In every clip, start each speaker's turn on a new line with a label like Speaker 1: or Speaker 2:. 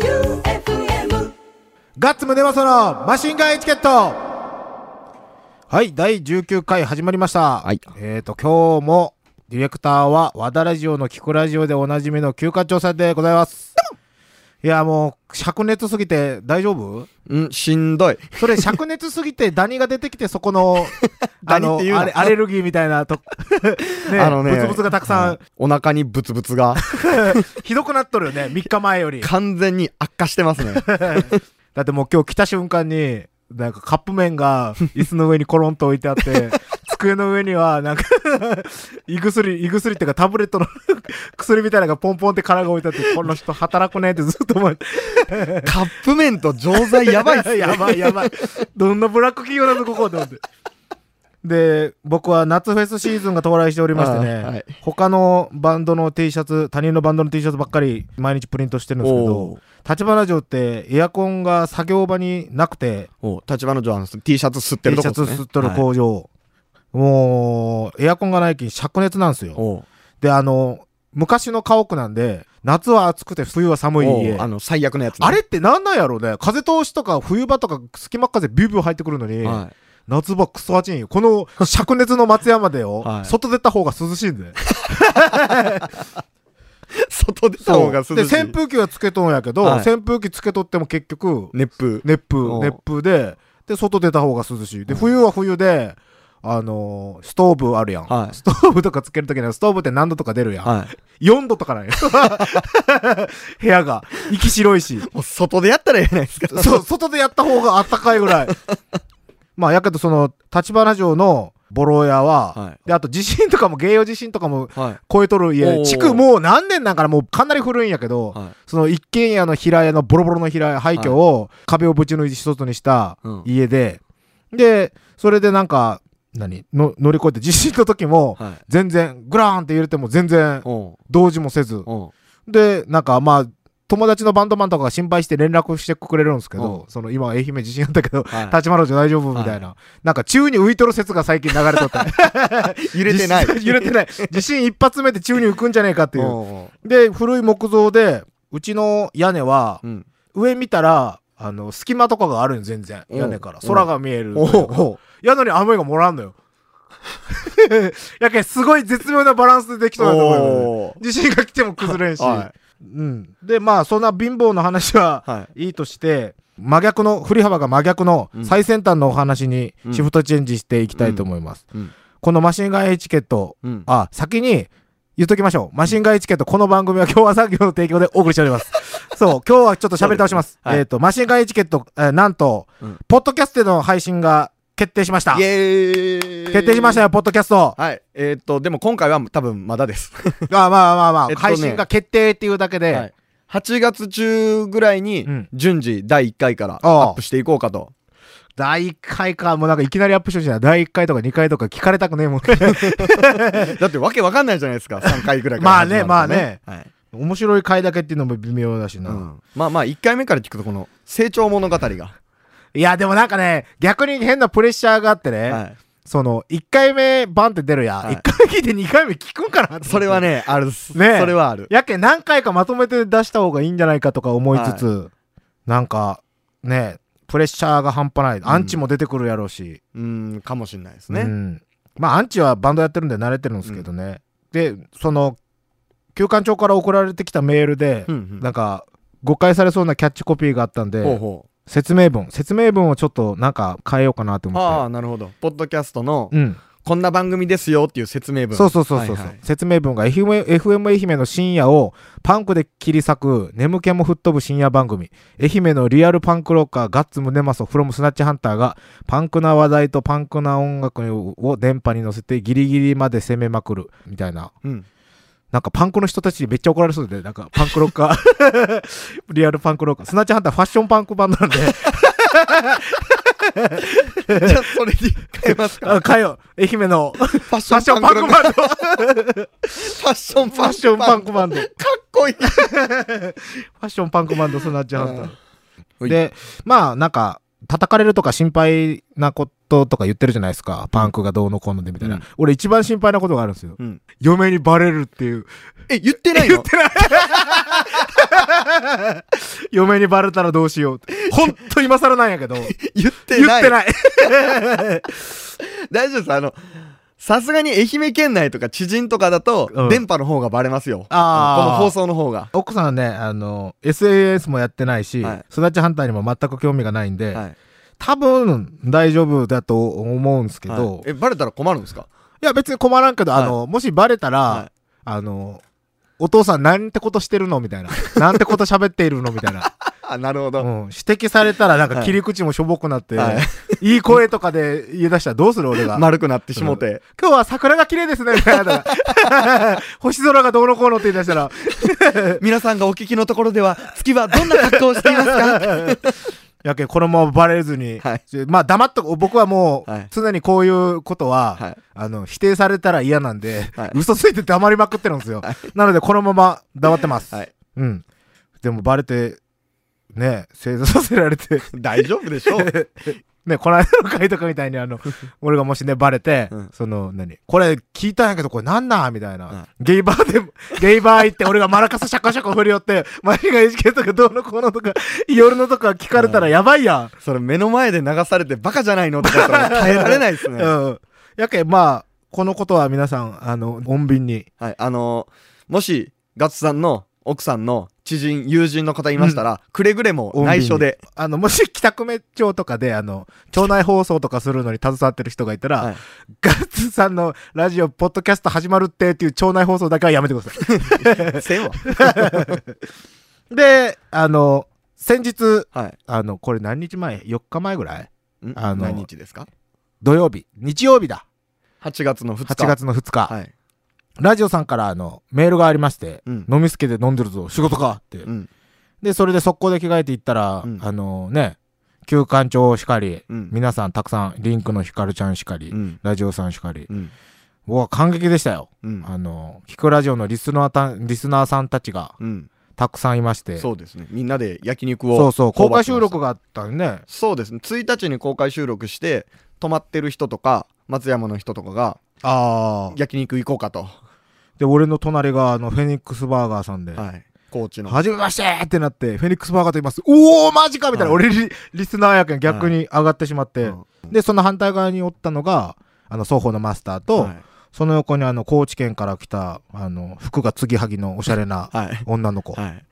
Speaker 1: J-O-E-U-F-M
Speaker 2: ガッツムネマソのマシンガンエチケットはい、第19回始まりました。
Speaker 3: はい
Speaker 2: えっ、ー、と、今日も、ディレクターは、和田ラジオのキクラジオでおなじみの休暇長さんでございます。いや、もう、灼熱すぎて大丈夫
Speaker 3: うん、しんどい。
Speaker 2: それ、灼熱すぎてダニが出てきて、そこの、あ
Speaker 3: ダニっ
Speaker 2: の、
Speaker 3: て言うな
Speaker 2: アレアレルギーみたい なと、ね、
Speaker 3: あのね
Speaker 2: ブツブツがたくさん、
Speaker 3: お腹にブツブ ツが
Speaker 2: ひどくなっとるよね、3日前より。
Speaker 3: 完全に悪化し てますね。
Speaker 2: だってもう今日来た瞬間に、なんかカップ麺が椅子の上にコロンと置いてあ って、机の上にはなんか 胃薬、胃薬っていうかタブレットの 薬みたいなのがポンポンって殻が置いてあって、この人働くねってずっと思って。
Speaker 3: カップ麺と錠剤やばいっすね。
Speaker 2: やばいやばい。どんなブラック企業だぞここって思って。で、僕は夏フェスシーズンが到来しておりましてね、
Speaker 3: あーはい
Speaker 2: 他のバンドの T シャツ、他人のバンドの T シャツばっかり毎日プリントしてるんですけ
Speaker 3: お
Speaker 2: ど
Speaker 3: う、
Speaker 2: 立花城ってエアコンが作業場になくて、
Speaker 3: おう、立花城は T シャツ吸ってる
Speaker 2: T
Speaker 3: と
Speaker 2: シ
Speaker 3: こ
Speaker 2: ャ
Speaker 3: っ
Speaker 2: ツ
Speaker 3: す
Speaker 2: 吸
Speaker 3: ね。
Speaker 2: っとる
Speaker 3: はい
Speaker 2: 工場、もうエアコンがないき灼熱なんですよ
Speaker 3: おう
Speaker 2: であの昔の家屋なんで夏は暑くて冬は寒い
Speaker 3: お
Speaker 2: 家
Speaker 3: うあの、最悪のやつね、
Speaker 2: あれってなんなんやろうね風通しとか冬場とか隙間風ビュービュー入ってくるのに、
Speaker 3: は
Speaker 2: 夏場クソ暑いんよこの灼熱の松山でよ、
Speaker 3: はい
Speaker 2: 外出た方が涼しいんで
Speaker 3: い。外出た方が涼しい。
Speaker 2: で扇風機はつけとんやけど、
Speaker 3: はい
Speaker 2: 扇風機つけとっても結局
Speaker 3: 熱風。
Speaker 2: 熱
Speaker 3: お
Speaker 2: 風、
Speaker 3: う
Speaker 2: 熱風で、で、外出た方が涼しい。で、冬は冬で、あのーストーブあるやん。
Speaker 3: はい
Speaker 2: ストーブとかつけるときには、ストーブって何度とか出るやん。
Speaker 3: はい。
Speaker 2: 4度と かなんよ。部屋が。息白いし。
Speaker 3: もう外でやったらええじゃないですか。
Speaker 2: そう、外でやった方があったかいぐらい。まあ、やけど、その、立花城のボロ屋は、
Speaker 3: はい
Speaker 2: で、あと地震とかも、芸用地震とかも、
Speaker 3: はい。
Speaker 2: 超えとる
Speaker 3: おうお
Speaker 2: 家、
Speaker 3: う
Speaker 2: 地区もう何年なんかな、もうかなり古いんやけど、
Speaker 3: はい
Speaker 2: その一軒家の平屋のボロボロの平屋廃墟を壁をぶち抜いて一つにした
Speaker 3: うん
Speaker 2: 家で、でそれでなんか何の乗り越えて地震の時も
Speaker 3: はい。
Speaker 2: 全然グラーンって揺れても全然
Speaker 3: おう
Speaker 2: 同時もせず
Speaker 3: おう
Speaker 2: でなんかまあ友達のバンドマンとかが心配して連絡してくれるんですけど
Speaker 3: う、ん
Speaker 2: その今愛媛地震あったけど、
Speaker 3: はい
Speaker 2: 立花城大丈夫みたいな、なんか宙に浮いとる説が最近流れとって、
Speaker 3: 揺れてない。
Speaker 2: 地震 揺れ てない。地震一発目で宙に浮くんじゃねえかっていう。
Speaker 3: おう
Speaker 2: で、古い木造で、うちの屋根は
Speaker 3: おう、うん。
Speaker 2: 上見たら、あの、隙間とかがあるんよ全然。
Speaker 3: うん
Speaker 2: 屋根から。空が見える。
Speaker 3: おうおう
Speaker 2: やのに雨がもらんのよ。 やけん、すごい絶妙なバランスでできそうだと思うよね。
Speaker 3: おう
Speaker 2: 地震が来ても崩れんし。
Speaker 3: は
Speaker 2: うん。で、まあ、そんな貧乏の話は、 、
Speaker 3: はい
Speaker 2: いとして、真逆の、振り幅が真逆の
Speaker 3: うん
Speaker 2: 最先端のお話に
Speaker 3: うん
Speaker 2: シフトチェンジしていきたいと思います。
Speaker 3: うん
Speaker 2: このマシンガンエチケット、
Speaker 3: うん。
Speaker 2: あ、先に言っときましょう。マシンガンエチケット、この番組は共和産業の提供でお送りしており ます。そう、今日はちょっと喋り倒します。
Speaker 3: そうですねはい
Speaker 2: えっ、と、マシンガンエチケット、えーなんと、
Speaker 3: うん
Speaker 2: ポッドキャストでの配信が決定しました。
Speaker 3: イ
Speaker 2: 決
Speaker 3: エーイ
Speaker 2: 定しましたよ、ポッドキャスト。あ
Speaker 3: はい。えーっと、でも今回は多分まだです。
Speaker 2: まあまあまあまあ、
Speaker 3: えっとね
Speaker 2: 配信が決定っていうだけで、
Speaker 3: はい、8月中ぐらいに
Speaker 2: うん
Speaker 3: 順次第1回から
Speaker 2: ああ
Speaker 3: アップしていこうか と。
Speaker 2: 第1回か、もうなんかいきなりアップしてほしいな。第1回とか2回とか聞かれたくねえも ん。
Speaker 3: だってわけわかんないじゃないですか、3回ぐらいから
Speaker 2: まあね
Speaker 3: 始るとはい
Speaker 2: 面白い回だけっていうのも微妙だし
Speaker 3: う
Speaker 2: な。
Speaker 3: ん、まあまあ1回目から聞くとこの成長物語が。
Speaker 2: いや、でもなんかね、逆に変なプレッシャーがあってね、
Speaker 3: はい、
Speaker 2: その、1回目バンって出るや、
Speaker 3: はい
Speaker 2: 1回聞いて2回目聞くんかなって
Speaker 3: それはね、あるっす。
Speaker 2: ねえ
Speaker 3: それはある。
Speaker 2: やけん何回かまとめて出した方がいいんじゃないかとか思いつつ、なんかねプレッシャーが半端ない、アンチも出てくるやろうし、
Speaker 3: うん、かもしれないです
Speaker 2: う
Speaker 3: ね。
Speaker 2: んまあアンチはバンドやってるんで慣れてるんですけどね、でその旧館長から送られてきたメールで、
Speaker 3: うんうん
Speaker 2: なんか誤解されそうなキャッチコピーがあったんで
Speaker 3: ほうほ
Speaker 2: 説明文説明文をちょっとなんか変えようかなと
Speaker 3: う。
Speaker 2: 思って。
Speaker 3: ああ、なるほど。ポッドキャストの
Speaker 2: うん、
Speaker 3: こんな番組ですよっていう説明文。
Speaker 2: そうそうそうそうそう、
Speaker 3: はいはい
Speaker 2: 説明文が FM, FM 愛媛の深夜をパンクで切り裂く眠気も吹っ飛ぶ深夜番組愛媛のリアルパンクロッカーガッツムネマソフロムスナッチハンターがパンクな話題とパンクな音楽を電波に乗せてギリギリまで攻めまくるみたいな
Speaker 3: うん。
Speaker 2: なんかパンクの人たちにめっちゃ怒られそうで、なんかパンクロッカー、 リアルパンクロッカー、スナッチハンターファッションパンク版なん で、
Speaker 3: じゃあ、それに変えますか。
Speaker 2: あ、かよ、愛媛 のフ
Speaker 3: ファッシ
Speaker 2: ァッションパンク
Speaker 3: ド。
Speaker 2: バ
Speaker 3: フ
Speaker 2: ンド、フ
Speaker 3: ァッション
Speaker 2: ァ
Speaker 3: パ
Speaker 2: ッ
Speaker 3: ン
Speaker 2: ション
Speaker 3: ク
Speaker 2: パ
Speaker 3: バ
Speaker 2: ン
Speaker 3: ン
Speaker 2: ク
Speaker 3: ド。
Speaker 2: バンド、フ
Speaker 3: かっこいい。
Speaker 2: ァッションパンクバンド、スナッチハンター。
Speaker 3: ほい
Speaker 2: で、まあなんか、叩かれるとか心配なこととか言ってるじゃないですか。パンクがどうのこうのでみたいな。
Speaker 3: うん
Speaker 2: 俺一番心配なことがあるんですよ。
Speaker 3: うん
Speaker 2: 嫁にバレるっていう。
Speaker 3: え、言ってないの
Speaker 2: 言ってない嫁にバレたらどうしようって。ほんと今更なんやけ ど、言
Speaker 3: 言って
Speaker 2: っ
Speaker 3: ない。
Speaker 2: てない。
Speaker 3: 大丈夫です。あの、さすがに愛媛県内とか知人とかだと
Speaker 2: うん、
Speaker 3: 電波の方がバレますよ。
Speaker 2: あー
Speaker 3: この放送の方が。
Speaker 2: 奥さんはね、あの、SAS もやってないし、
Speaker 3: はい
Speaker 2: 育ちハンターにも全く興味がないんで、
Speaker 3: はい。
Speaker 2: 多分大丈夫だと思うんですけど、
Speaker 3: は
Speaker 2: い、
Speaker 3: いえ、バレたら困るんですか
Speaker 2: や別に困らんけど、あの、もしバレたら、
Speaker 3: はい
Speaker 2: あの、お父さんなんてことしてるのみ たいな。なんてこと喋っているのみたいな。
Speaker 3: あ、なるほ
Speaker 2: う
Speaker 3: ど。
Speaker 2: ん、指摘されたらなんか
Speaker 3: はい
Speaker 2: 切り口もしょぼくなって、、
Speaker 3: はい
Speaker 2: い声とかで言い出したらどうする俺が。
Speaker 3: 丸くなってしもて。
Speaker 2: 今日は桜が綺麗ですね、みたいな。 星空がどうのこうのって言い出したら、
Speaker 3: 皆さんがお聞きのところでは、月はどんな格好をしてい ますか
Speaker 2: やけんこのままバレずに、
Speaker 3: はい
Speaker 2: ちょまあ黙っとこう、僕はもう
Speaker 3: はい
Speaker 2: 常にこういうことは、
Speaker 3: はい
Speaker 2: あの、否定されたら嫌なんで、
Speaker 3: はい
Speaker 2: 嘘ついて黙りまくってるんですよ。なのでこのまま黙ってます。
Speaker 3: はい
Speaker 2: うん。でもバレて、ね、正座させられ て、
Speaker 3: 大丈夫でしょう。
Speaker 2: ね、この間の回とかみたいにあ の、俺がもしね、バレて、
Speaker 3: うん
Speaker 2: その、何これ聞いたんやけど、これなんなんみたいな、
Speaker 3: うん
Speaker 2: ゲイバーで、 ゲイバー行って、俺がマラカスシャコシャコ振り寄って、マジが意識とかどうのこうのとか、夜のとか聞かれたらやばいや
Speaker 3: それ目の前で流されてバカじゃないのって言ったら耐えられないです
Speaker 2: ん。
Speaker 3: ね。
Speaker 2: うん。やけ、まあ、このことは皆さん、あの、穏便に。
Speaker 3: はい、あのーもし、ガッツさんの奥さんの知人、友人の方いましたら、くれぐれも内緒で、
Speaker 2: あの、もし北久米町とかで、あの、町内放送とかするのに携わってる人がいたら、
Speaker 3: はい
Speaker 2: ガッツさんのラジオ、ポッドキャスト始まるってっていう町内放送だけはやめてください。
Speaker 3: せんわ。
Speaker 2: で、あの、先日、
Speaker 3: はい。
Speaker 2: あの、これ何日前 ?4 日前ぐらい
Speaker 3: ん
Speaker 2: あの
Speaker 3: 何日ですか
Speaker 2: 土曜日。日曜日だ。
Speaker 3: 8月の2日
Speaker 2: 8月の2日。
Speaker 3: はい
Speaker 2: ラジオさんからあの、メールがありまして、
Speaker 3: うん
Speaker 2: 飲みすけで飲んでるぞ、仕事かって。
Speaker 3: うん
Speaker 2: で、それで速攻で着替えて行ったら、
Speaker 3: うん
Speaker 2: あのね、旧館長しかり、
Speaker 3: うん
Speaker 2: 皆さんたくさん、リンクのひかるちゃんしかり、
Speaker 3: うん
Speaker 2: ラジオさんしかり、
Speaker 3: うん
Speaker 2: うわ、感激でしたよ。
Speaker 3: うん
Speaker 2: あの、聞くラジオのリスナーたんリスナーさんたちが
Speaker 3: うん
Speaker 2: たくさんいまして、
Speaker 3: そうですねみんなで焼肉を
Speaker 2: そうそう、公
Speaker 3: 頬張
Speaker 2: 開
Speaker 3: って
Speaker 2: 収
Speaker 3: ました
Speaker 2: 録があったんね。
Speaker 3: そうですね1日に公開収録して泊まってる人とか松山の人とかが
Speaker 2: ああ。
Speaker 3: 焼肉行こうかと
Speaker 2: で、俺の隣が、あの、フェニックスバーガーさんで、は
Speaker 3: はい高知の
Speaker 2: じめましてってなって、フェニックスバーガーと言います。おおマジかみたいな、
Speaker 3: は
Speaker 2: 俺リ、リスナーやけん逆に上がってしまって、
Speaker 3: うん
Speaker 2: で、その反対側におったのが、あの、双方のマスターと、
Speaker 3: はい
Speaker 2: その横にあの、高知県から来た、あの、服が継ぎはぎのおしゃれな
Speaker 3: はい
Speaker 2: 女の子。
Speaker 3: はい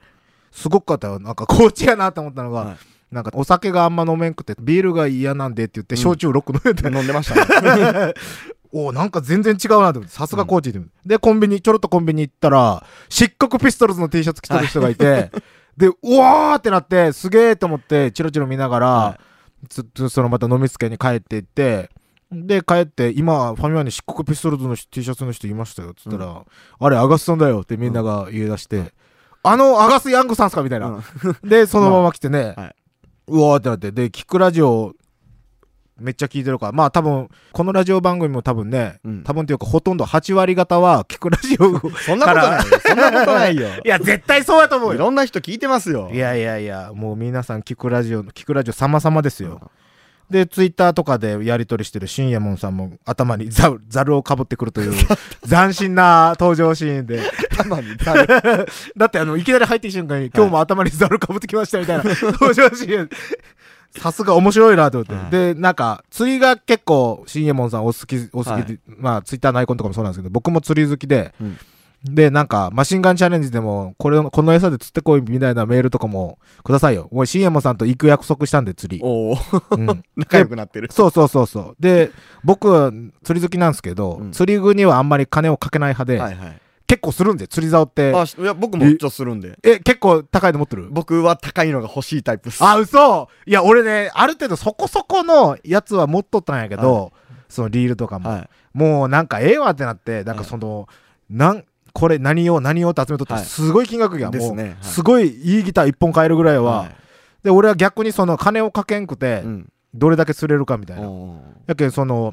Speaker 2: すごかったよ。なんか、高知やなって思ったのが、
Speaker 3: はい
Speaker 2: なんか、お酒があんま飲めんくて、ビールが嫌なんでって言って、
Speaker 3: うん
Speaker 2: 焼酎ロック飲めて、
Speaker 3: 飲んでましたね
Speaker 2: おーなんか全然違うなって思ってさすがコーチで、でコンビニちょろっとコンビニ行ったら漆黒ピストルズの T シャツ着てる人がいて、でうわーってなってすげーと思ってチロチロ見ながら、
Speaker 3: は
Speaker 2: ずっとそのまた飲みつけに帰って行ってで帰って今ファミマに漆黒ピストルズの T シャツの人いましたよっつったら、あれアガスさんだよってみんなが言い出して、あのアガス・ヤングさんっすかみたいな、
Speaker 3: うん
Speaker 2: でそのまま来てね、
Speaker 3: まあはいう
Speaker 2: わーってなってで聞くラジオめっちゃ聞いてるからまあ多分このラジオ番組も多分ね、
Speaker 3: うん
Speaker 2: 多分というかほとんど8割方は聞くラジオ
Speaker 3: そんなことないよそんなことないよ
Speaker 2: いや絶対そうやと思う
Speaker 3: い
Speaker 2: よ
Speaker 3: ろんな人聞いてますよ
Speaker 2: いやいやいやもう皆さん聞くラジオ聞くラジオ様々ですよ、でツイッターとかでやり取りしてる新右衛門さんも頭にザルザルをかぶってくるという斬新な登場シーンで
Speaker 3: 頭に誰か
Speaker 2: だってあのいきなり入ってきた瞬間に今日も頭にザルかぶってきましたみ たいな登場シーンさすが面白いなと思って、
Speaker 3: はい
Speaker 2: でなんか釣りが結構新右衛門さんお好きお好きで、
Speaker 3: はい
Speaker 2: まあツイッターのアイコンとかもそうなんですけど僕も釣り好きで、
Speaker 3: うん
Speaker 2: でなんかマシンガンチャレンジでもこれのこの餌で釣ってこいみたいなメールとかもくださいよもう新右衛門さんと行く約束したんで釣り、
Speaker 3: おお
Speaker 2: うん、
Speaker 3: 仲良くなってる
Speaker 2: そうそうそうそうで僕釣り好きなんですけど、
Speaker 3: うん
Speaker 2: 釣り具にはあんまり金をかけない派で、
Speaker 3: はいはい
Speaker 2: 結構するんで釣り竿って
Speaker 3: あしいや僕も一応するんで
Speaker 2: え結構高いの持ってる
Speaker 3: 僕は高いのが欲しいタイプっす
Speaker 2: あ、嘘いや、俺ね、ある程度そこそこのやつは持っとったんやけど、そのリールとかも、
Speaker 3: はい
Speaker 2: もうなんかええわってなって、なんかその、なん、これ何用何用って集めとっ
Speaker 3: は
Speaker 2: て、
Speaker 3: い
Speaker 2: すごい金額が、
Speaker 3: で
Speaker 2: も
Speaker 3: す
Speaker 2: う、
Speaker 3: ねはい
Speaker 2: すごいいいギター1本買えるぐらいは、
Speaker 3: は
Speaker 2: で、俺は逆にその金をかけんくて
Speaker 3: い、うん
Speaker 2: どれだけ釣れるかみたいな。
Speaker 3: お
Speaker 2: やけんその、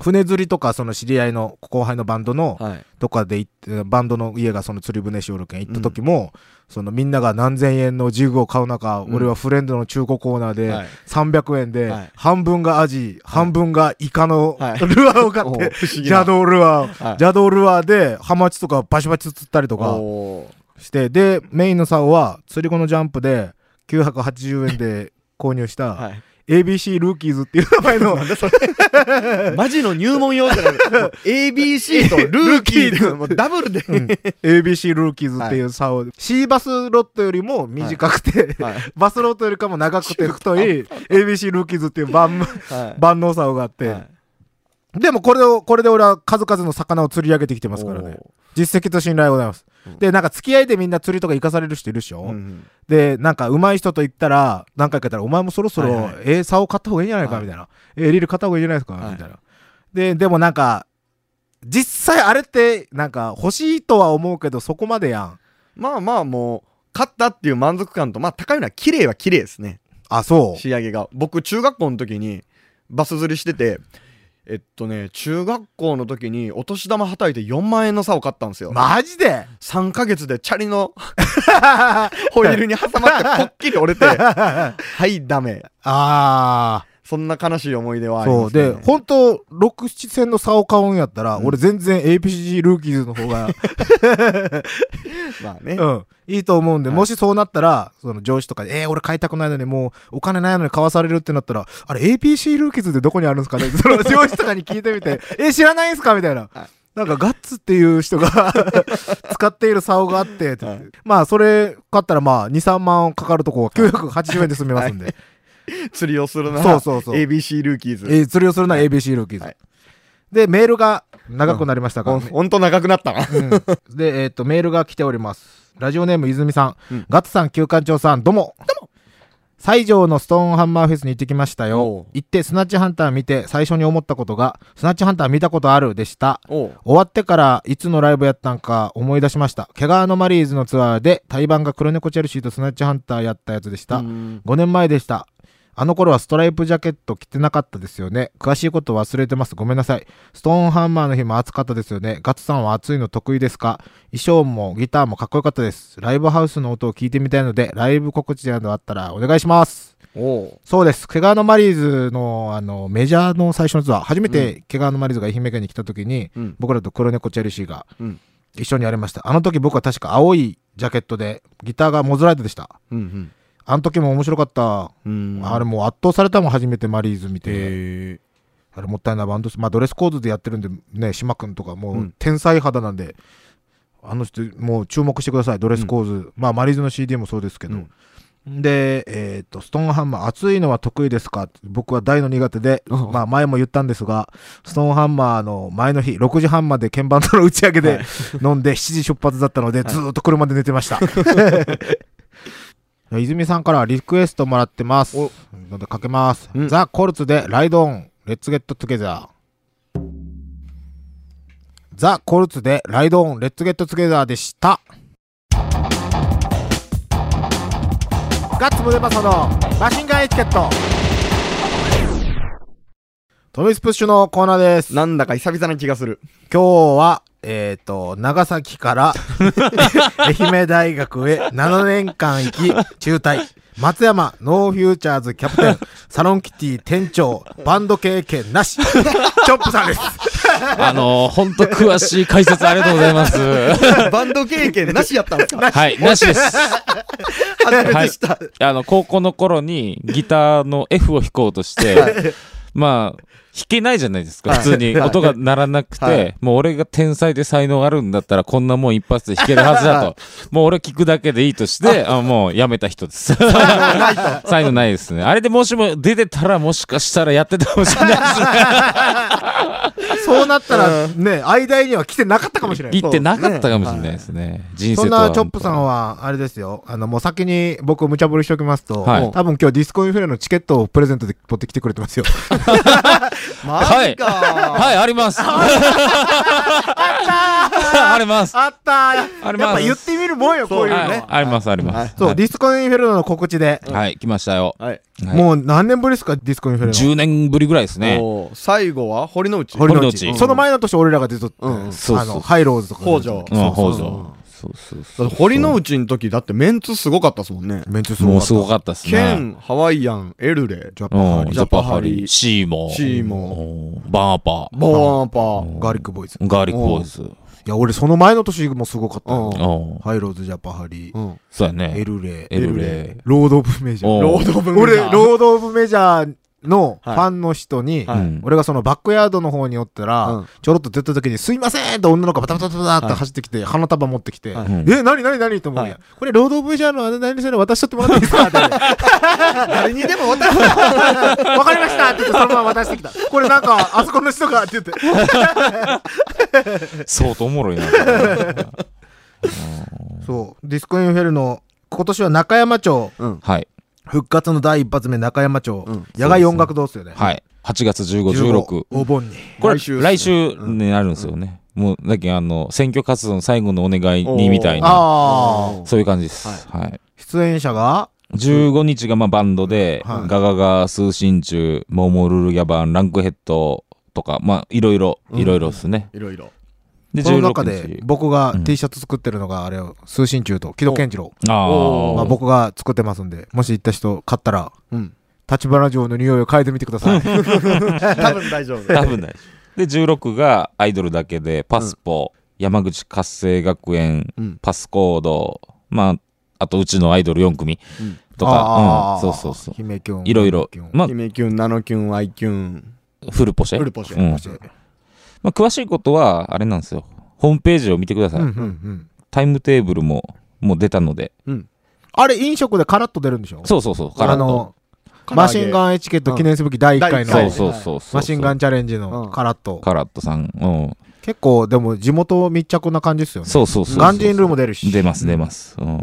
Speaker 2: 船釣りとか、その知り合いの後輩のバンドの
Speaker 3: ー、はい
Speaker 2: とかで行って、バンドの家がその釣り船しおるけん行った時も、そのみんなが何千円のジグを買う中、
Speaker 3: うん
Speaker 2: 俺はフレンドの中古コーナーで、
Speaker 3: はい
Speaker 2: 300円で、
Speaker 3: はい
Speaker 2: 半分がアジ、半分がイカのルア
Speaker 3: はい
Speaker 2: ーを買っ
Speaker 3: お
Speaker 2: て、
Speaker 3: ー不思議な
Speaker 2: 邪道ルアー、
Speaker 3: はい
Speaker 2: 邪道ルアーでハマチとかバシバシ釣ったりと
Speaker 3: と
Speaker 2: か、
Speaker 3: おー
Speaker 2: してでメインの竿は釣り子のジャンプで980円で購入した、
Speaker 3: はい。
Speaker 2: ABC ルーキーズっていう名前の
Speaker 3: なんでそれマジの入門用じゃない。もう ABC と ルーキーでもうダブルで。
Speaker 2: うん ABC ルーキーズっていう竿、シーバスロットよりも短くて、
Speaker 3: はい。
Speaker 2: バスロットよりかも長くて太い ABC ルーキーズっていう 万
Speaker 3: はい。
Speaker 2: 万能竿があって、
Speaker 3: はい
Speaker 2: でもこれをこれで俺は数々の魚を釣り上げてきてますからね
Speaker 3: お
Speaker 2: 実績と信頼ございます、
Speaker 3: うん
Speaker 2: でなんか付き合いでみんな釣りとか行かされる人いるでしょ、
Speaker 3: ーうん
Speaker 2: でなんか上手い人と行ったら何回か言ったら「お前もそろそ
Speaker 3: は
Speaker 2: ろ
Speaker 3: いはい
Speaker 2: ええ竿買った方がいいんじゃない
Speaker 3: は
Speaker 2: か」
Speaker 3: い
Speaker 2: みたいな「ええリール買った方がいいんじゃないですか」
Speaker 3: はい
Speaker 2: みたいなででもなんか実際あれってなんか欲しいとは思うけどそこまでやん
Speaker 3: まあまあもう、勝ったっていう満足感と、まあ高いのは綺麗は綺麗ですね。
Speaker 2: あそう
Speaker 3: 仕上げが僕中学校の時にバス釣りしててえっとね中学校の時にお年玉はたいて4万円の差を買ったんですよ、
Speaker 2: マジで
Speaker 3: 3ヶ月でチャリのホイールに挟まってぽっきり折れてはいダメ
Speaker 2: あ
Speaker 3: そんな悲しい思い出は
Speaker 2: あ
Speaker 3: あり
Speaker 2: そ
Speaker 3: ま
Speaker 2: う
Speaker 3: すね
Speaker 2: で本当六7戦の差を買うんやったら、
Speaker 3: うん
Speaker 2: 俺全然 APG ルーキーズの方 が、
Speaker 3: まあね、
Speaker 2: うん、いいと思うんで、
Speaker 3: はい
Speaker 2: もしそうなったらその上司とかで「えー、俺買いたくないのにもうお金ないのに買わされる」ってなったら「あれ APC ルーキーズってどこにあるんですか ね?」その上司とかに聞いてみて「えー知らないんすか?」みたいな。
Speaker 3: はい
Speaker 2: なんかガッツっていう人 が使っている竿があってって
Speaker 3: はい
Speaker 2: まあそれ買ったらまあ23万かかるとこは980円で済みますんで、
Speaker 3: 釣りをするなら
Speaker 2: そうそうそう
Speaker 3: ABC ルーキーズ
Speaker 2: えー釣りをするなら ABC ルーキーズ、
Speaker 3: はい
Speaker 2: でメールが長くなりましたが、
Speaker 3: ほんほんと長くなったな
Speaker 2: うんで、えっとメールが来ておりますラジオネーム泉さん、
Speaker 3: うん
Speaker 2: ガッツさん旧館長さんどうもどうも西条のストーンハンマーフェスに行ってきました
Speaker 3: お
Speaker 2: よ
Speaker 3: う
Speaker 2: 行ってスナッチハンター見て最初に思ったことがスナッチハンター見たことあるでした
Speaker 3: おう
Speaker 2: 終わってからいつのライブやったんか思い出しましたケガーノマリーズのツアーで対バンが黒猫チェルシーとスナッチハンターやったやつでした、
Speaker 3: うん
Speaker 2: 5年前でしたあの頃はストライプジャケット着てなかったですよね詳しいこと忘れてますごめんなさいストーンハンマーの日も暑かったですよねガッツさんは暑いの得意ですか衣装もギターもかっこよかったですライブハウスの音を聞いてみたいのでライブ告知などあったらお願いします
Speaker 3: おう
Speaker 2: そうですケガーノマリーズのあのメジャーの最初のツアー初めてケガーノマリーズが愛媛県に来た時に、
Speaker 3: うん
Speaker 2: 僕らと黒猫チェルシーが
Speaker 3: うん
Speaker 2: 一緒にやりましたあの時僕は確か青いジャケットでギターがモズライトでした
Speaker 3: うん
Speaker 2: あの時も面白かった
Speaker 3: うんうん
Speaker 2: あれもう圧倒されたもん初めてマリーズ見て、
Speaker 3: へえ
Speaker 2: あれもったいないバンドです、まあ、ドレスコードでやってるんでね島君とかも
Speaker 3: う
Speaker 2: うん天才肌なんで、あの人もう注目してくださいドレスコード、まあマリーズの CD もそうですけど、で、えっとストーンハンマー熱いのは得意ですか僕は大の苦手で、
Speaker 3: うん
Speaker 2: まあ前も言ったんですがストーンハンマーの前の日6時半まで鍵盤との打ち上げで
Speaker 3: はい
Speaker 2: 飲んで7時出発だったので、ずーっと車で寝てました。 泉さんからリクエストもらってます。
Speaker 3: お
Speaker 2: のでかけます。
Speaker 3: うん
Speaker 2: ザ・コルツでライドオン、レッツゲットトゥゲザー。ザ・コルツでライドオン、レッツゲットトゥゲザーでした。ガッツムネマソのマシンガンエチケット。トミスプッシュのコーナーです。
Speaker 3: なんだか久々な気がする
Speaker 2: 今日は、えっ、と、長崎から愛媛大学へ7年間行き、中退。松山、ノーフューチャーズキャプテン、サロンキティ店長、バンド経験なし、チョップさんです。
Speaker 4: あのー、ほんと詳しい解説ありがとうござい ます。
Speaker 3: バンド経験なしやったんですか
Speaker 4: はい、なしです。
Speaker 3: 初めてした。
Speaker 4: あの、高校の頃にギターの F を弾こうとして、まあ、弾けないじゃないですか、
Speaker 3: はい
Speaker 4: 普通に。
Speaker 3: はい
Speaker 4: 音が鳴らなく
Speaker 3: は
Speaker 4: て
Speaker 3: い、
Speaker 4: もう俺が天才で才能あるんだったら、こんなもん一発で弾けるはずだと。もう俺聞くだけでいいとして、あもうやめた人です。 才能ないですね。あれでもしも出てたら、もしかしたらやってたかもしれないですね。
Speaker 2: そうなったら、ね、間には来てなかったかもしれない。
Speaker 4: 行ってなかったかもしれないですね。人
Speaker 2: そ
Speaker 4: 生
Speaker 2: ん
Speaker 4: とは
Speaker 2: なチョップさんは、あれですよ。あの、もう先に僕無茶ぶりしておきますと、
Speaker 4: はい
Speaker 2: 多分今日ディスコインフレのチケットをプレゼントで持ってきてくれてますよ。
Speaker 3: マジか、
Speaker 4: はい、あります。あったありま す。
Speaker 2: あった
Speaker 4: あり
Speaker 2: やっ
Speaker 4: ま
Speaker 2: ぱ
Speaker 4: す。
Speaker 2: 言ってみるもんよ、こういう
Speaker 4: は
Speaker 2: の
Speaker 4: い
Speaker 2: ね。
Speaker 4: あります、あります。
Speaker 2: そう、
Speaker 4: はい
Speaker 2: ディスコインフェルノの告知で、
Speaker 4: はい、来ましたよ。
Speaker 3: はい。
Speaker 4: はい
Speaker 2: もう何年ぶりですか、ディスコインフェルノ。
Speaker 4: 10年ぶりぐらいですね。
Speaker 3: おー最後は堀之内。
Speaker 4: 堀之内
Speaker 2: うんその前の年俺らが出とって、
Speaker 3: うんうん
Speaker 4: そうそう
Speaker 2: あの、ハイローズとか。
Speaker 3: 北条
Speaker 4: うん、
Speaker 2: そう
Speaker 4: 北
Speaker 2: そう
Speaker 4: 条。そうそう
Speaker 3: だ
Speaker 4: そ
Speaker 3: っ
Speaker 4: う。
Speaker 3: て堀之内の時だってメンツすごかったですもんね。
Speaker 2: めっちゃすごかった。
Speaker 4: もうすごかったです
Speaker 3: ケ
Speaker 4: ね。
Speaker 3: ン、ハワイアン、エルレ、
Speaker 2: ジャパンハ
Speaker 4: う
Speaker 2: リ
Speaker 4: ん、
Speaker 2: ー
Speaker 4: ジャパハリー、シーモー、
Speaker 3: シーモ
Speaker 4: おーバーパー、
Speaker 3: ボーンパー。
Speaker 2: ガーリックボーイズ。
Speaker 4: ガーリックボーイズ、
Speaker 2: や、俺その前の年もすごかったよ
Speaker 3: うん
Speaker 4: おう
Speaker 2: ハイローズジャパハリ
Speaker 3: う、ん
Speaker 4: そうや
Speaker 2: エ
Speaker 4: ね。
Speaker 2: ルレ
Speaker 4: エルレイ。
Speaker 2: ロード・オブ・メジャー。
Speaker 4: おう
Speaker 3: ロード・オブ・メ
Speaker 2: 俺、
Speaker 3: ジャー
Speaker 2: ロード・オブ・メジャーのフ
Speaker 3: はい
Speaker 2: ァンの人に、
Speaker 3: はい
Speaker 4: うん
Speaker 2: 俺がそのバックヤードの方におったら、
Speaker 3: うん
Speaker 2: ちょろっと出た時に、すいませんと女の子がバタバタバタバタって走ってきて、花束持ってきて、
Speaker 3: はい
Speaker 4: うん
Speaker 2: え、なになになにと思うやん、
Speaker 3: はい
Speaker 2: これ、ロード・オブ・メジャーのあの何々の渡しとってもらっていいですかって。
Speaker 3: 誰にでも渡す
Speaker 2: わかりましたって言って、そのまま渡してきた。これなんか、あそこの人がって言って。
Speaker 4: 相当おもろい な。
Speaker 2: そう。ディスコインフェルノ、今年は中山町、
Speaker 4: はい。
Speaker 2: 復活の第一発目中山町、
Speaker 3: うん
Speaker 2: 野外音楽堂っすよね。
Speaker 4: はい。8月15、16。
Speaker 2: お盆に。
Speaker 4: こ
Speaker 3: 来
Speaker 4: れ
Speaker 3: 週っすね
Speaker 4: 来週になるんですよね。もう、だっけあの、選挙活動の最後のお願いにみたいな。
Speaker 2: ああ。
Speaker 4: そういう感じです。はい。
Speaker 2: 出演者が、
Speaker 4: 15日がまあバンドで、
Speaker 2: はい
Speaker 4: ガガガ、通信中、モーモールルギャバン、ランクヘッドとか、まあ、いろいろ、いろいろですね。
Speaker 3: いろいろ
Speaker 4: で、
Speaker 2: この
Speaker 4: 16
Speaker 2: 中で
Speaker 4: 日。
Speaker 2: 僕が
Speaker 4: うん
Speaker 2: T シャツ作ってるのが、あれを、通信中と木戸健次郎。
Speaker 4: あー
Speaker 2: まあ、僕が作ってますんで、もし行った人買ったら、
Speaker 3: うん
Speaker 2: 立花城の匂いを嗅いでみてください。
Speaker 3: 多分大丈夫
Speaker 4: 多分ない。で、16がアイドルだけで、パスポ、山口活性学園、
Speaker 3: うん
Speaker 4: パスコード、まあ、あとうちのアイドル4組
Speaker 3: うん
Speaker 4: と
Speaker 2: あ
Speaker 4: か、
Speaker 2: ー
Speaker 4: うん、そうそうそう。
Speaker 2: 姫きゅん。
Speaker 4: いろいろ
Speaker 2: 姫きゅん。
Speaker 4: まあ、
Speaker 3: 姫キュンナノキュンアイキュン
Speaker 4: フルポシェ。
Speaker 3: ウルポシェ
Speaker 4: うんまあ、詳しいことは、あれなんですよ。ホームページを見てくださ
Speaker 2: う
Speaker 4: い。
Speaker 2: んうんうん。
Speaker 4: タイムテーブルも、もう出たので。
Speaker 2: あれ、飲食でカラッと出るんでしょ
Speaker 4: そうそうそう。
Speaker 2: あ
Speaker 4: から
Speaker 2: の、マシンガンエチケット記念すべき第1回
Speaker 3: うん第
Speaker 4: そ
Speaker 2: の
Speaker 4: う
Speaker 3: 一
Speaker 4: そうそうそう。
Speaker 2: マシンガンチャレンジ
Speaker 3: う
Speaker 2: の
Speaker 3: ん
Speaker 2: カラッと。
Speaker 4: カラットさん。う
Speaker 2: 結構、でも地元密着な感じですよ
Speaker 4: ん。
Speaker 2: ね。
Speaker 4: そうそうそうそう。
Speaker 2: ガンジンルーも出るし。
Speaker 4: 出ます、出ます。うん。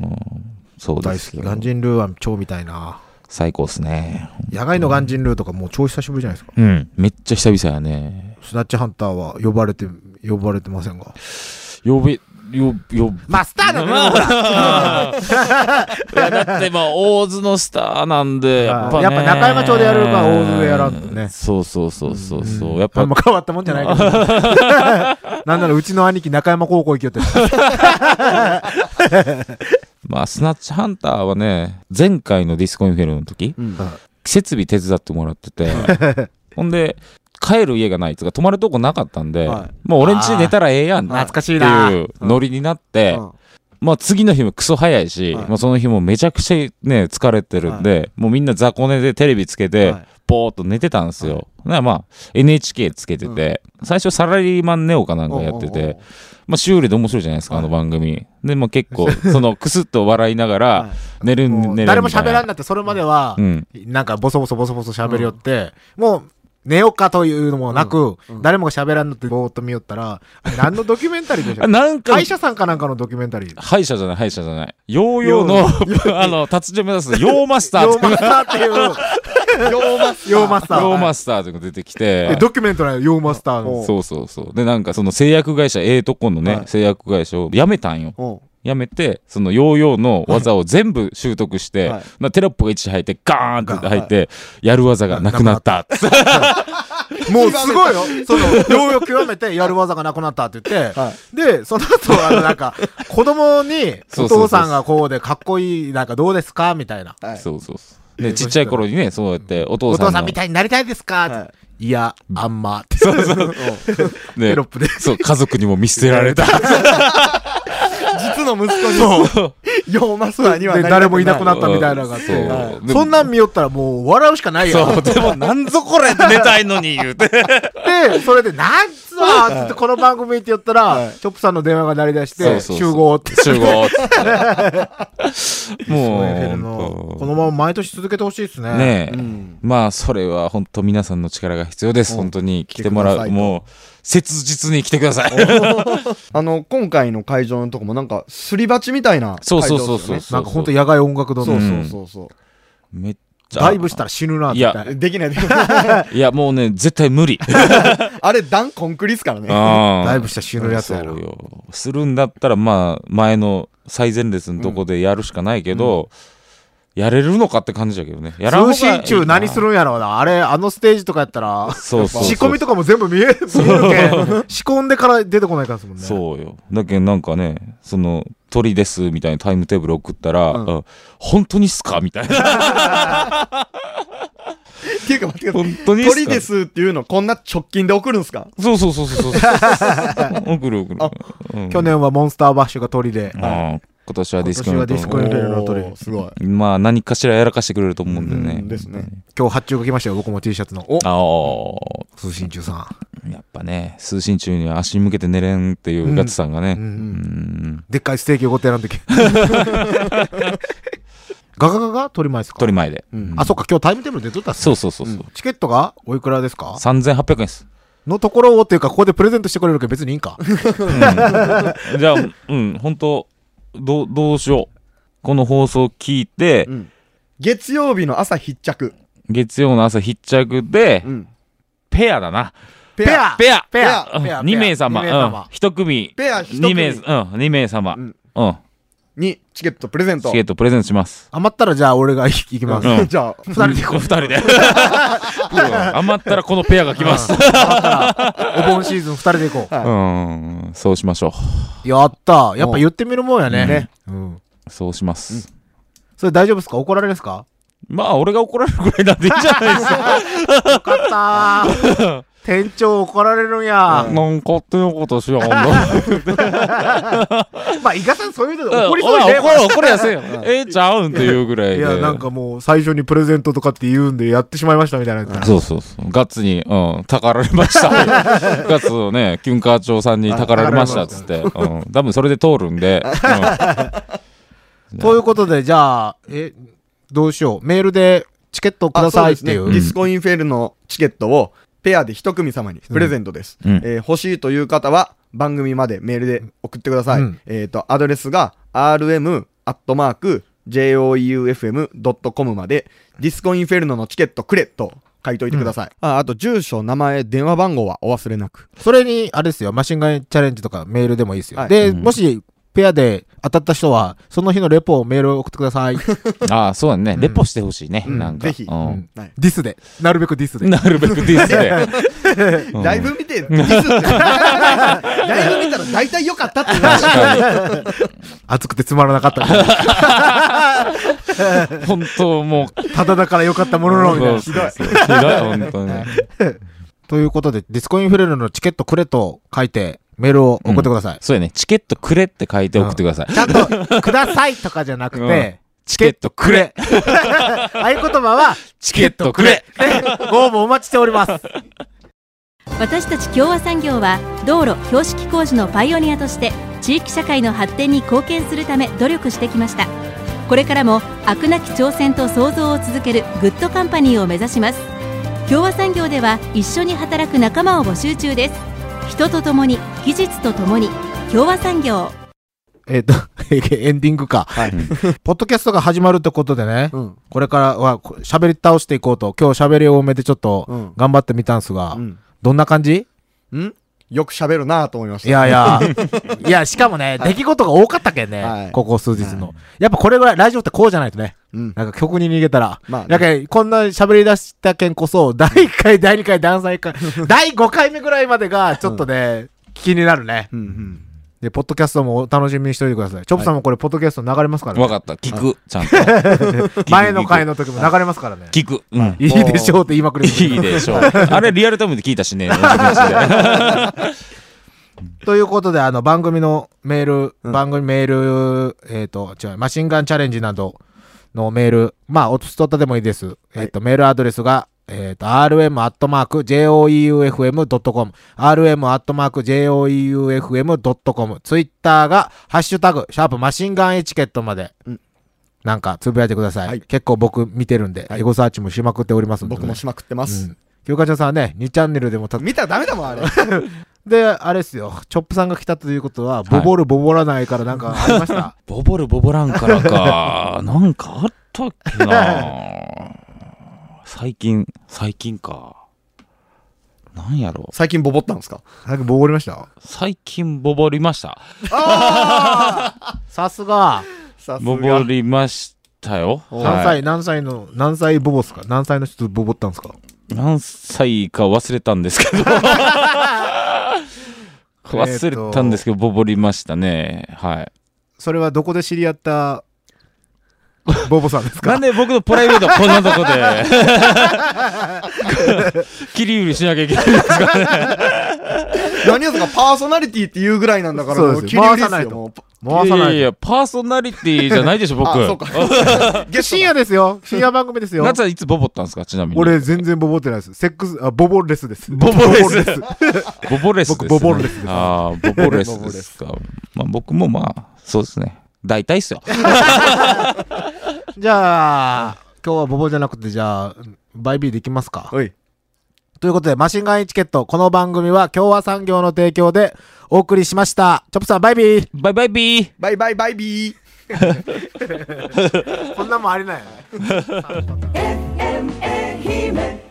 Speaker 4: そう
Speaker 2: 大
Speaker 4: で
Speaker 2: 好
Speaker 4: す
Speaker 2: き。
Speaker 4: よ。
Speaker 2: ガンジンルーは超みたいな。
Speaker 4: 最高っすね。
Speaker 2: 野外のガンジンルーとかもう超久しぶりじゃないですか。
Speaker 4: うん。めっちゃ久々やね。
Speaker 2: スナッチハンターは呼ばれて、呼ばれてませんが。
Speaker 4: 呼べ、呼べ、 呼べ。
Speaker 2: マスターの
Speaker 4: まあ、いやだってまあ大津のスターなんでやっぱね
Speaker 2: やっぱ中山町でやるか大津でやらんとね
Speaker 4: そうそうそうそうそう、やっ
Speaker 2: あ
Speaker 4: ぱ
Speaker 2: んま変わったもんじゃないけ ど。なんならうちの兄貴中山高校行きよって。
Speaker 4: まあスナッチハンターはね前回のディスコインフェルノの時
Speaker 3: うん
Speaker 4: 設備手伝ってもらっててほんで帰る家がないとか泊まるとこなかったんで、
Speaker 3: は
Speaker 4: もう俺ん家で寝たらええやん
Speaker 2: 懐かしい
Speaker 4: って
Speaker 2: な。
Speaker 4: いうノリになって、
Speaker 3: うん
Speaker 4: まあ次の日もクソ早いし、
Speaker 3: はい
Speaker 4: まあその日もめちゃくちゃね、疲れてるんで、もうみんな雑魚寝でテレビつけて、
Speaker 3: はい
Speaker 4: ぼーっと寝てたんですよ。なまあ NHK つけてて、最初サラリーマンネオかなんか やってて、
Speaker 3: おうおうおう
Speaker 4: まあ修理で面白いじゃないですか、あの番組。で、まあ結構、そのクスッと笑いなが
Speaker 3: は
Speaker 4: ら
Speaker 3: い、
Speaker 4: 寝る、寝る
Speaker 2: も
Speaker 4: み
Speaker 2: う
Speaker 4: たいな。
Speaker 2: 誰も喋らんなって、それまでは
Speaker 4: う、ん。
Speaker 2: なんかボソボソボソボソ喋りよって、もう、寝ようかというのもなく、誰もが喋らんのってぼーっと見よったら、何のドキュメンタリーでし
Speaker 4: あ
Speaker 2: ょ
Speaker 4: なんか
Speaker 2: 会、社さんかなんかのドキュメンタリー。
Speaker 4: 歯医者じゃない、歯医者じゃない。ヨーヨーの、 あの、達人を目指す、ヨーマスター
Speaker 2: ヨ
Speaker 4: と
Speaker 2: ーマスターっていう、
Speaker 3: ヨーマス
Speaker 2: ヨーマスタ
Speaker 4: ヨー
Speaker 2: ー。
Speaker 4: マスターとか出てきて
Speaker 2: え、ドキュメントなんやヨーマスターの。
Speaker 4: そうそうそう。で、なんかその製薬会社、ええとこのね、
Speaker 3: はい
Speaker 4: 製薬会社を辞めたんよ。
Speaker 3: お
Speaker 4: 辞めて、そのヨーヨーの技を全部習得して、
Speaker 3: はい
Speaker 4: なテロップが1入って、ガーンって入って、やる技がなくなった。
Speaker 2: もうすごいよ。その、ようよく極めてやる技がなくなったって言 って、
Speaker 3: は
Speaker 2: で、その後、あの、なんか、 子供に、
Speaker 4: そうそうそう
Speaker 2: お
Speaker 4: そ
Speaker 2: 父
Speaker 4: う
Speaker 2: さんがこうでかっこいい、なんかどうですかみたいな。
Speaker 3: はい
Speaker 4: そうそうそう。ね、ちっちゃい頃にね、そうやって、お父
Speaker 2: お
Speaker 4: さん
Speaker 2: 父さ
Speaker 4: の
Speaker 2: んみたいになりたいですか、、
Speaker 3: はい
Speaker 2: や、あんまって。そうそう。
Speaker 4: ね
Speaker 2: テロップで。
Speaker 4: そう、家族にも見捨てら れた。
Speaker 3: 実の息 子にヨーマスターには
Speaker 2: で、誰もいなくなったみたいなのがあっ
Speaker 4: そう
Speaker 2: て。
Speaker 4: で
Speaker 2: そんなん見よったらもう笑うしかないよ。
Speaker 4: そう、でもなんぞこれって寝たいのに言うて。
Speaker 2: で、それで、なんつわーっつってこの番組って言ったら、チョップさんの電話が鳴り出して、
Speaker 4: そうそうそう
Speaker 2: 集合って。
Speaker 4: 集合っつって。もう
Speaker 2: そういうフェルノ
Speaker 4: ほんと、
Speaker 2: このまま毎年続けてほしいですね。
Speaker 4: ねえ、
Speaker 3: ん
Speaker 4: まあそれは本当皆さんの力が必要です本当に来ても
Speaker 3: 来てくだ
Speaker 4: ら
Speaker 3: さ
Speaker 4: う
Speaker 3: いと
Speaker 4: もう切実に来てください
Speaker 3: あの今回の会場のとこもなんかすり鉢みたいな
Speaker 4: そう
Speaker 3: 会
Speaker 4: そ
Speaker 3: 場で
Speaker 4: う
Speaker 3: す
Speaker 4: そ
Speaker 3: よ
Speaker 4: う
Speaker 3: ね
Speaker 4: そうそ
Speaker 2: な
Speaker 4: う
Speaker 2: んかほんと野外音楽堂
Speaker 3: そ
Speaker 2: の
Speaker 3: う
Speaker 4: う
Speaker 3: そ
Speaker 4: ん
Speaker 3: うそうそ
Speaker 4: めっちゃ
Speaker 2: ダイブしたら死ぬな、
Speaker 4: い
Speaker 2: 絶
Speaker 4: や
Speaker 2: 対。
Speaker 3: うできないで きない
Speaker 4: いやもうね絶 対無理
Speaker 3: あれ段コンクリですからね
Speaker 2: ダ
Speaker 4: だ
Speaker 2: イブしたら死ぬやつや
Speaker 4: そ
Speaker 2: ろ
Speaker 4: う。よするんだったらまあ前の最前列のとこでやるしかないけど、やれるのかって感じだけどねやらん方が
Speaker 2: 通
Speaker 4: いいな
Speaker 2: 信中何するんやろうな。あれ、あのステージとかやったら、
Speaker 4: そうそうそう
Speaker 2: 仕込みとかも全部見える、見えるけん仕込んでから出てこないからですもんね。
Speaker 4: そうよだけどなんかねその「鳥です」みたいなタイムテーブル送ったら「
Speaker 3: うん
Speaker 4: あ本当にっすか?」みたいな
Speaker 3: っていうか待ってください。
Speaker 4: 本当にっす
Speaker 3: 鳥
Speaker 4: か
Speaker 3: ですっていうのこんな直近で送るんすか
Speaker 4: そうそうそうそうそう送る送る
Speaker 3: あ
Speaker 4: うん
Speaker 2: 去年はモンスターバッシュが鳥で、
Speaker 4: あー今年はディスコ
Speaker 2: 今年はディスコ
Speaker 4: ネ
Speaker 2: ネ
Speaker 4: ッ
Speaker 2: ッれるな鳥
Speaker 3: おーすごい。
Speaker 4: トまあ何かしらやらかしてくれると思うんで
Speaker 3: う
Speaker 4: ね
Speaker 3: んですね。
Speaker 2: 今日発注が来ましたよ、僕も T シャツの。
Speaker 3: お
Speaker 4: ああ
Speaker 2: 通信中さん。
Speaker 4: やっぱね通信中には足向けて寝れんっていうガッツさんがね、
Speaker 2: うん
Speaker 4: うん
Speaker 2: でっかいステーキをご提案の時。 ガガガガ取り前ですか
Speaker 4: 取り前で、
Speaker 3: うん
Speaker 2: あ、そっか、今日タイムテーブルで出たっすね
Speaker 4: そうそうそうそう、
Speaker 2: チケットがおいくらですか
Speaker 4: 3800円です、
Speaker 2: のところをっていうか、ここでプレゼントしてくれるけど別にいいんか。
Speaker 4: うんじゃあうん本当どうどうしようこの放送聞いて、
Speaker 3: うん月曜日の朝必着。
Speaker 4: 月曜の朝ひっちゃくで、
Speaker 3: うん
Speaker 4: ペアだな
Speaker 3: ペ
Speaker 2: ペア
Speaker 4: ペア
Speaker 2: ペア
Speaker 4: うん
Speaker 2: ペア
Speaker 4: 2名様
Speaker 2: 二名様
Speaker 4: うん、1組
Speaker 3: ペア一組
Speaker 4: 2名うん二名様、
Speaker 3: う
Speaker 4: うんん
Speaker 3: にチケットプレゼント。
Speaker 4: チケットプレゼントします
Speaker 2: 余ったらじゃあ俺が行きます。
Speaker 4: うん
Speaker 3: じゃあ、
Speaker 2: 二人で
Speaker 4: 2人でうん余ったらこのペアが来ます、
Speaker 2: お盆シーズン二人で行こ
Speaker 3: は
Speaker 4: うん、そうしましょ
Speaker 2: う。やったやっぱ言ってみるもんやね。
Speaker 3: ね
Speaker 2: うん。
Speaker 4: うそうします、
Speaker 2: それ大丈夫ですか怒られるですか
Speaker 4: まあ俺が怒られるぐらいなんでいいんじゃないです か
Speaker 2: よかったー 店長怒られるんや。
Speaker 4: なんか勝手なことしよう怒
Speaker 2: まあ、伊賀さんそういうので 怒りそうにね。
Speaker 4: 怒る怒りやすいよええちゃうんっていうぐらいで
Speaker 2: いや、なんかもう最初にプレゼントとかって言うんでやってしまいましたみたいなやつ。
Speaker 4: そうそうそう。ガッツに、うん、たかられま した。ガッツをね、キュンカー長さんにたかられましたっつって。うん。多分それで通るんで。
Speaker 2: ということで、じゃあ、え、どうしよう。メールでチケットをくださいってい
Speaker 3: あ
Speaker 2: う。
Speaker 3: そですねディスコインフェルノのチケットをペアで一組様にプレゼントです、
Speaker 4: うん
Speaker 3: えー欲しいという方は番組までメールで送ってください、
Speaker 2: うん
Speaker 3: えっ、とアドレスが rm.joeufm.com までディスコインフェルノのチケットくれと書いといてください、ああと住所名前電話番号はお忘れなく
Speaker 2: それに、あれですよ、マシンガンチャレンジとかメールでもいいですよ。
Speaker 3: はい
Speaker 2: で、
Speaker 4: うん
Speaker 2: もし、ペアで当たった人は、その日のレポをメールを送ってください。
Speaker 4: ああ、そうだね。レポしてほしいね。
Speaker 3: うん
Speaker 4: なんか。
Speaker 3: ぜひ
Speaker 4: うん
Speaker 2: うん
Speaker 3: はい
Speaker 2: ディスで。なるべくディスで。
Speaker 4: なるべくディス で。うん
Speaker 3: ライブ 見てディスってライブ見たら大体良かったっていう話
Speaker 4: 確か
Speaker 2: 熱くてつまらなかった から。
Speaker 4: に。本当もう。
Speaker 2: ただだからよかったものの、みたいな。
Speaker 4: ひどい。ひどい、本当に。
Speaker 2: ということで、ディスコインフレルのチケットくれと書いて、メールを送ってください。
Speaker 4: そうやね。チケットくれって書いて送ってください。
Speaker 2: ちゃんと、くださいとかじゃなくて、
Speaker 4: チケットくれ
Speaker 2: 合言葉は、
Speaker 4: チケットくれ
Speaker 2: ご応募お待ちしております。
Speaker 5: 私たち共和産業は道路標識工事のパイオニアとして地域社会の発展に貢献するため努力してきましたこれからも飽くなき挑戦と創造を続けるグッドカンパニーを目指します共和産業では一緒に働く仲間を募集中です人と共に技術と共に共和産業
Speaker 2: えっ、と、 エンディングか。ポッドキャストが始まるってことでね、
Speaker 3: うん
Speaker 2: これからはこ喋り倒していこうと、今日喋り多めでちょっと
Speaker 3: うん
Speaker 2: 頑張ってみたんすが、
Speaker 3: うん、
Speaker 2: どんな感じ
Speaker 3: うん、よく喋るなと思いました
Speaker 2: いやい や、いや、しかもね、出来事が多かったけんね、
Speaker 3: はい
Speaker 2: ここ数日の、やっぱこれぐらい、ラジオってこうじゃないとね、
Speaker 3: うん
Speaker 2: なんか曲に逃げたら、
Speaker 3: まあね
Speaker 2: だけどこんな喋り出したけんこそ、第1回、第2回、第3回、 第5回目ぐらいまでが、ちょっとね、気になるね。
Speaker 3: うんうん
Speaker 2: で、ポッドキャストもお楽しみにしておいてください。チョップさんもこれ、ポッドキャスト流れますからね
Speaker 4: わ。かった。聞く。ちゃんと。
Speaker 2: 前の回の時も流れますからね。
Speaker 4: 聞く。うん。
Speaker 2: いいでしょうって言いまくる。
Speaker 4: いいでしょう。あれ、リアルタイムで聞いたし ね。
Speaker 2: ということで、あの、番組のメール、
Speaker 3: うん
Speaker 2: 番組メール、えっ、と、違う、マシンガンチャレンジなどのメール、まあ、おつとったでもいいです。えっ、と、メールアドレスが、えっ、と、rm.joeufm.com、rm.joeufm.com、ツイッターが、ハッシュタグ、シャープマシンガンエチケットまで、
Speaker 3: うん
Speaker 2: なんか、つぶやいてください。
Speaker 3: はい
Speaker 2: 結構僕見てるんで、
Speaker 3: はい
Speaker 2: エゴサーチもしまくっておりますんでね、
Speaker 3: 僕もしまくってます、
Speaker 2: うん。京香ちゃんさんはね、2チャンネルでもた
Speaker 3: 見たらダメだもんあれ
Speaker 2: で、あれですよ、チョップさんが来たということは、ボボるボボらないから なんかありました。
Speaker 4: ボボるボボらんからか。なんかあったっけな。最近、最近か。なんやろ。
Speaker 3: 最近ボボったんですか
Speaker 2: なんかボボりました
Speaker 4: 最近ボボりました。
Speaker 2: さすが、
Speaker 3: さすが
Speaker 4: ボボりましたよ。
Speaker 2: 何
Speaker 4: は
Speaker 2: 歳、
Speaker 4: い
Speaker 2: 何歳の、何歳ボボっすか何歳の人ボボったんですか
Speaker 4: 何歳か忘れたんですけど。忘れたんですけど、ボボりましたね。はい。
Speaker 2: それはどこで知り合った ボボさんです
Speaker 4: な
Speaker 2: か
Speaker 4: んで僕のプライベートこんなとこで切り売りしなきゃいけないんですか
Speaker 3: 何やつかパーソナリティっていうぐらい なんだから、
Speaker 2: そう
Speaker 3: もう
Speaker 2: です
Speaker 3: 切り売りで
Speaker 2: 回さな
Speaker 3: す
Speaker 2: い
Speaker 3: よ。
Speaker 2: と
Speaker 3: もう
Speaker 2: 回さ
Speaker 4: いや
Speaker 2: ないい
Speaker 4: やパーソナリティじゃないでしょ僕
Speaker 3: あ、そうか。
Speaker 2: で深夜ですよ深夜番組ですよ
Speaker 4: 夏はいつボボったんですかちなみに
Speaker 2: 俺全然ボボってないですセックスあボボレスです
Speaker 4: ボボレス
Speaker 2: ボ
Speaker 4: ボボレスです、ね、
Speaker 2: 僕ボボレスです
Speaker 4: ああボボレスですかまあ僕もまあそうですね大体っすよ
Speaker 2: じゃあ今日はボボじゃなくてじゃあバイビーでいきますか
Speaker 3: おい。
Speaker 2: ということでマシンガンエチケットこの番組は共和産業の提供でお送りしましたチョップさんバイビー
Speaker 4: バイバイビー
Speaker 3: バイバイバイビー。
Speaker 2: こんなもんありないよね
Speaker 1: M 愛媛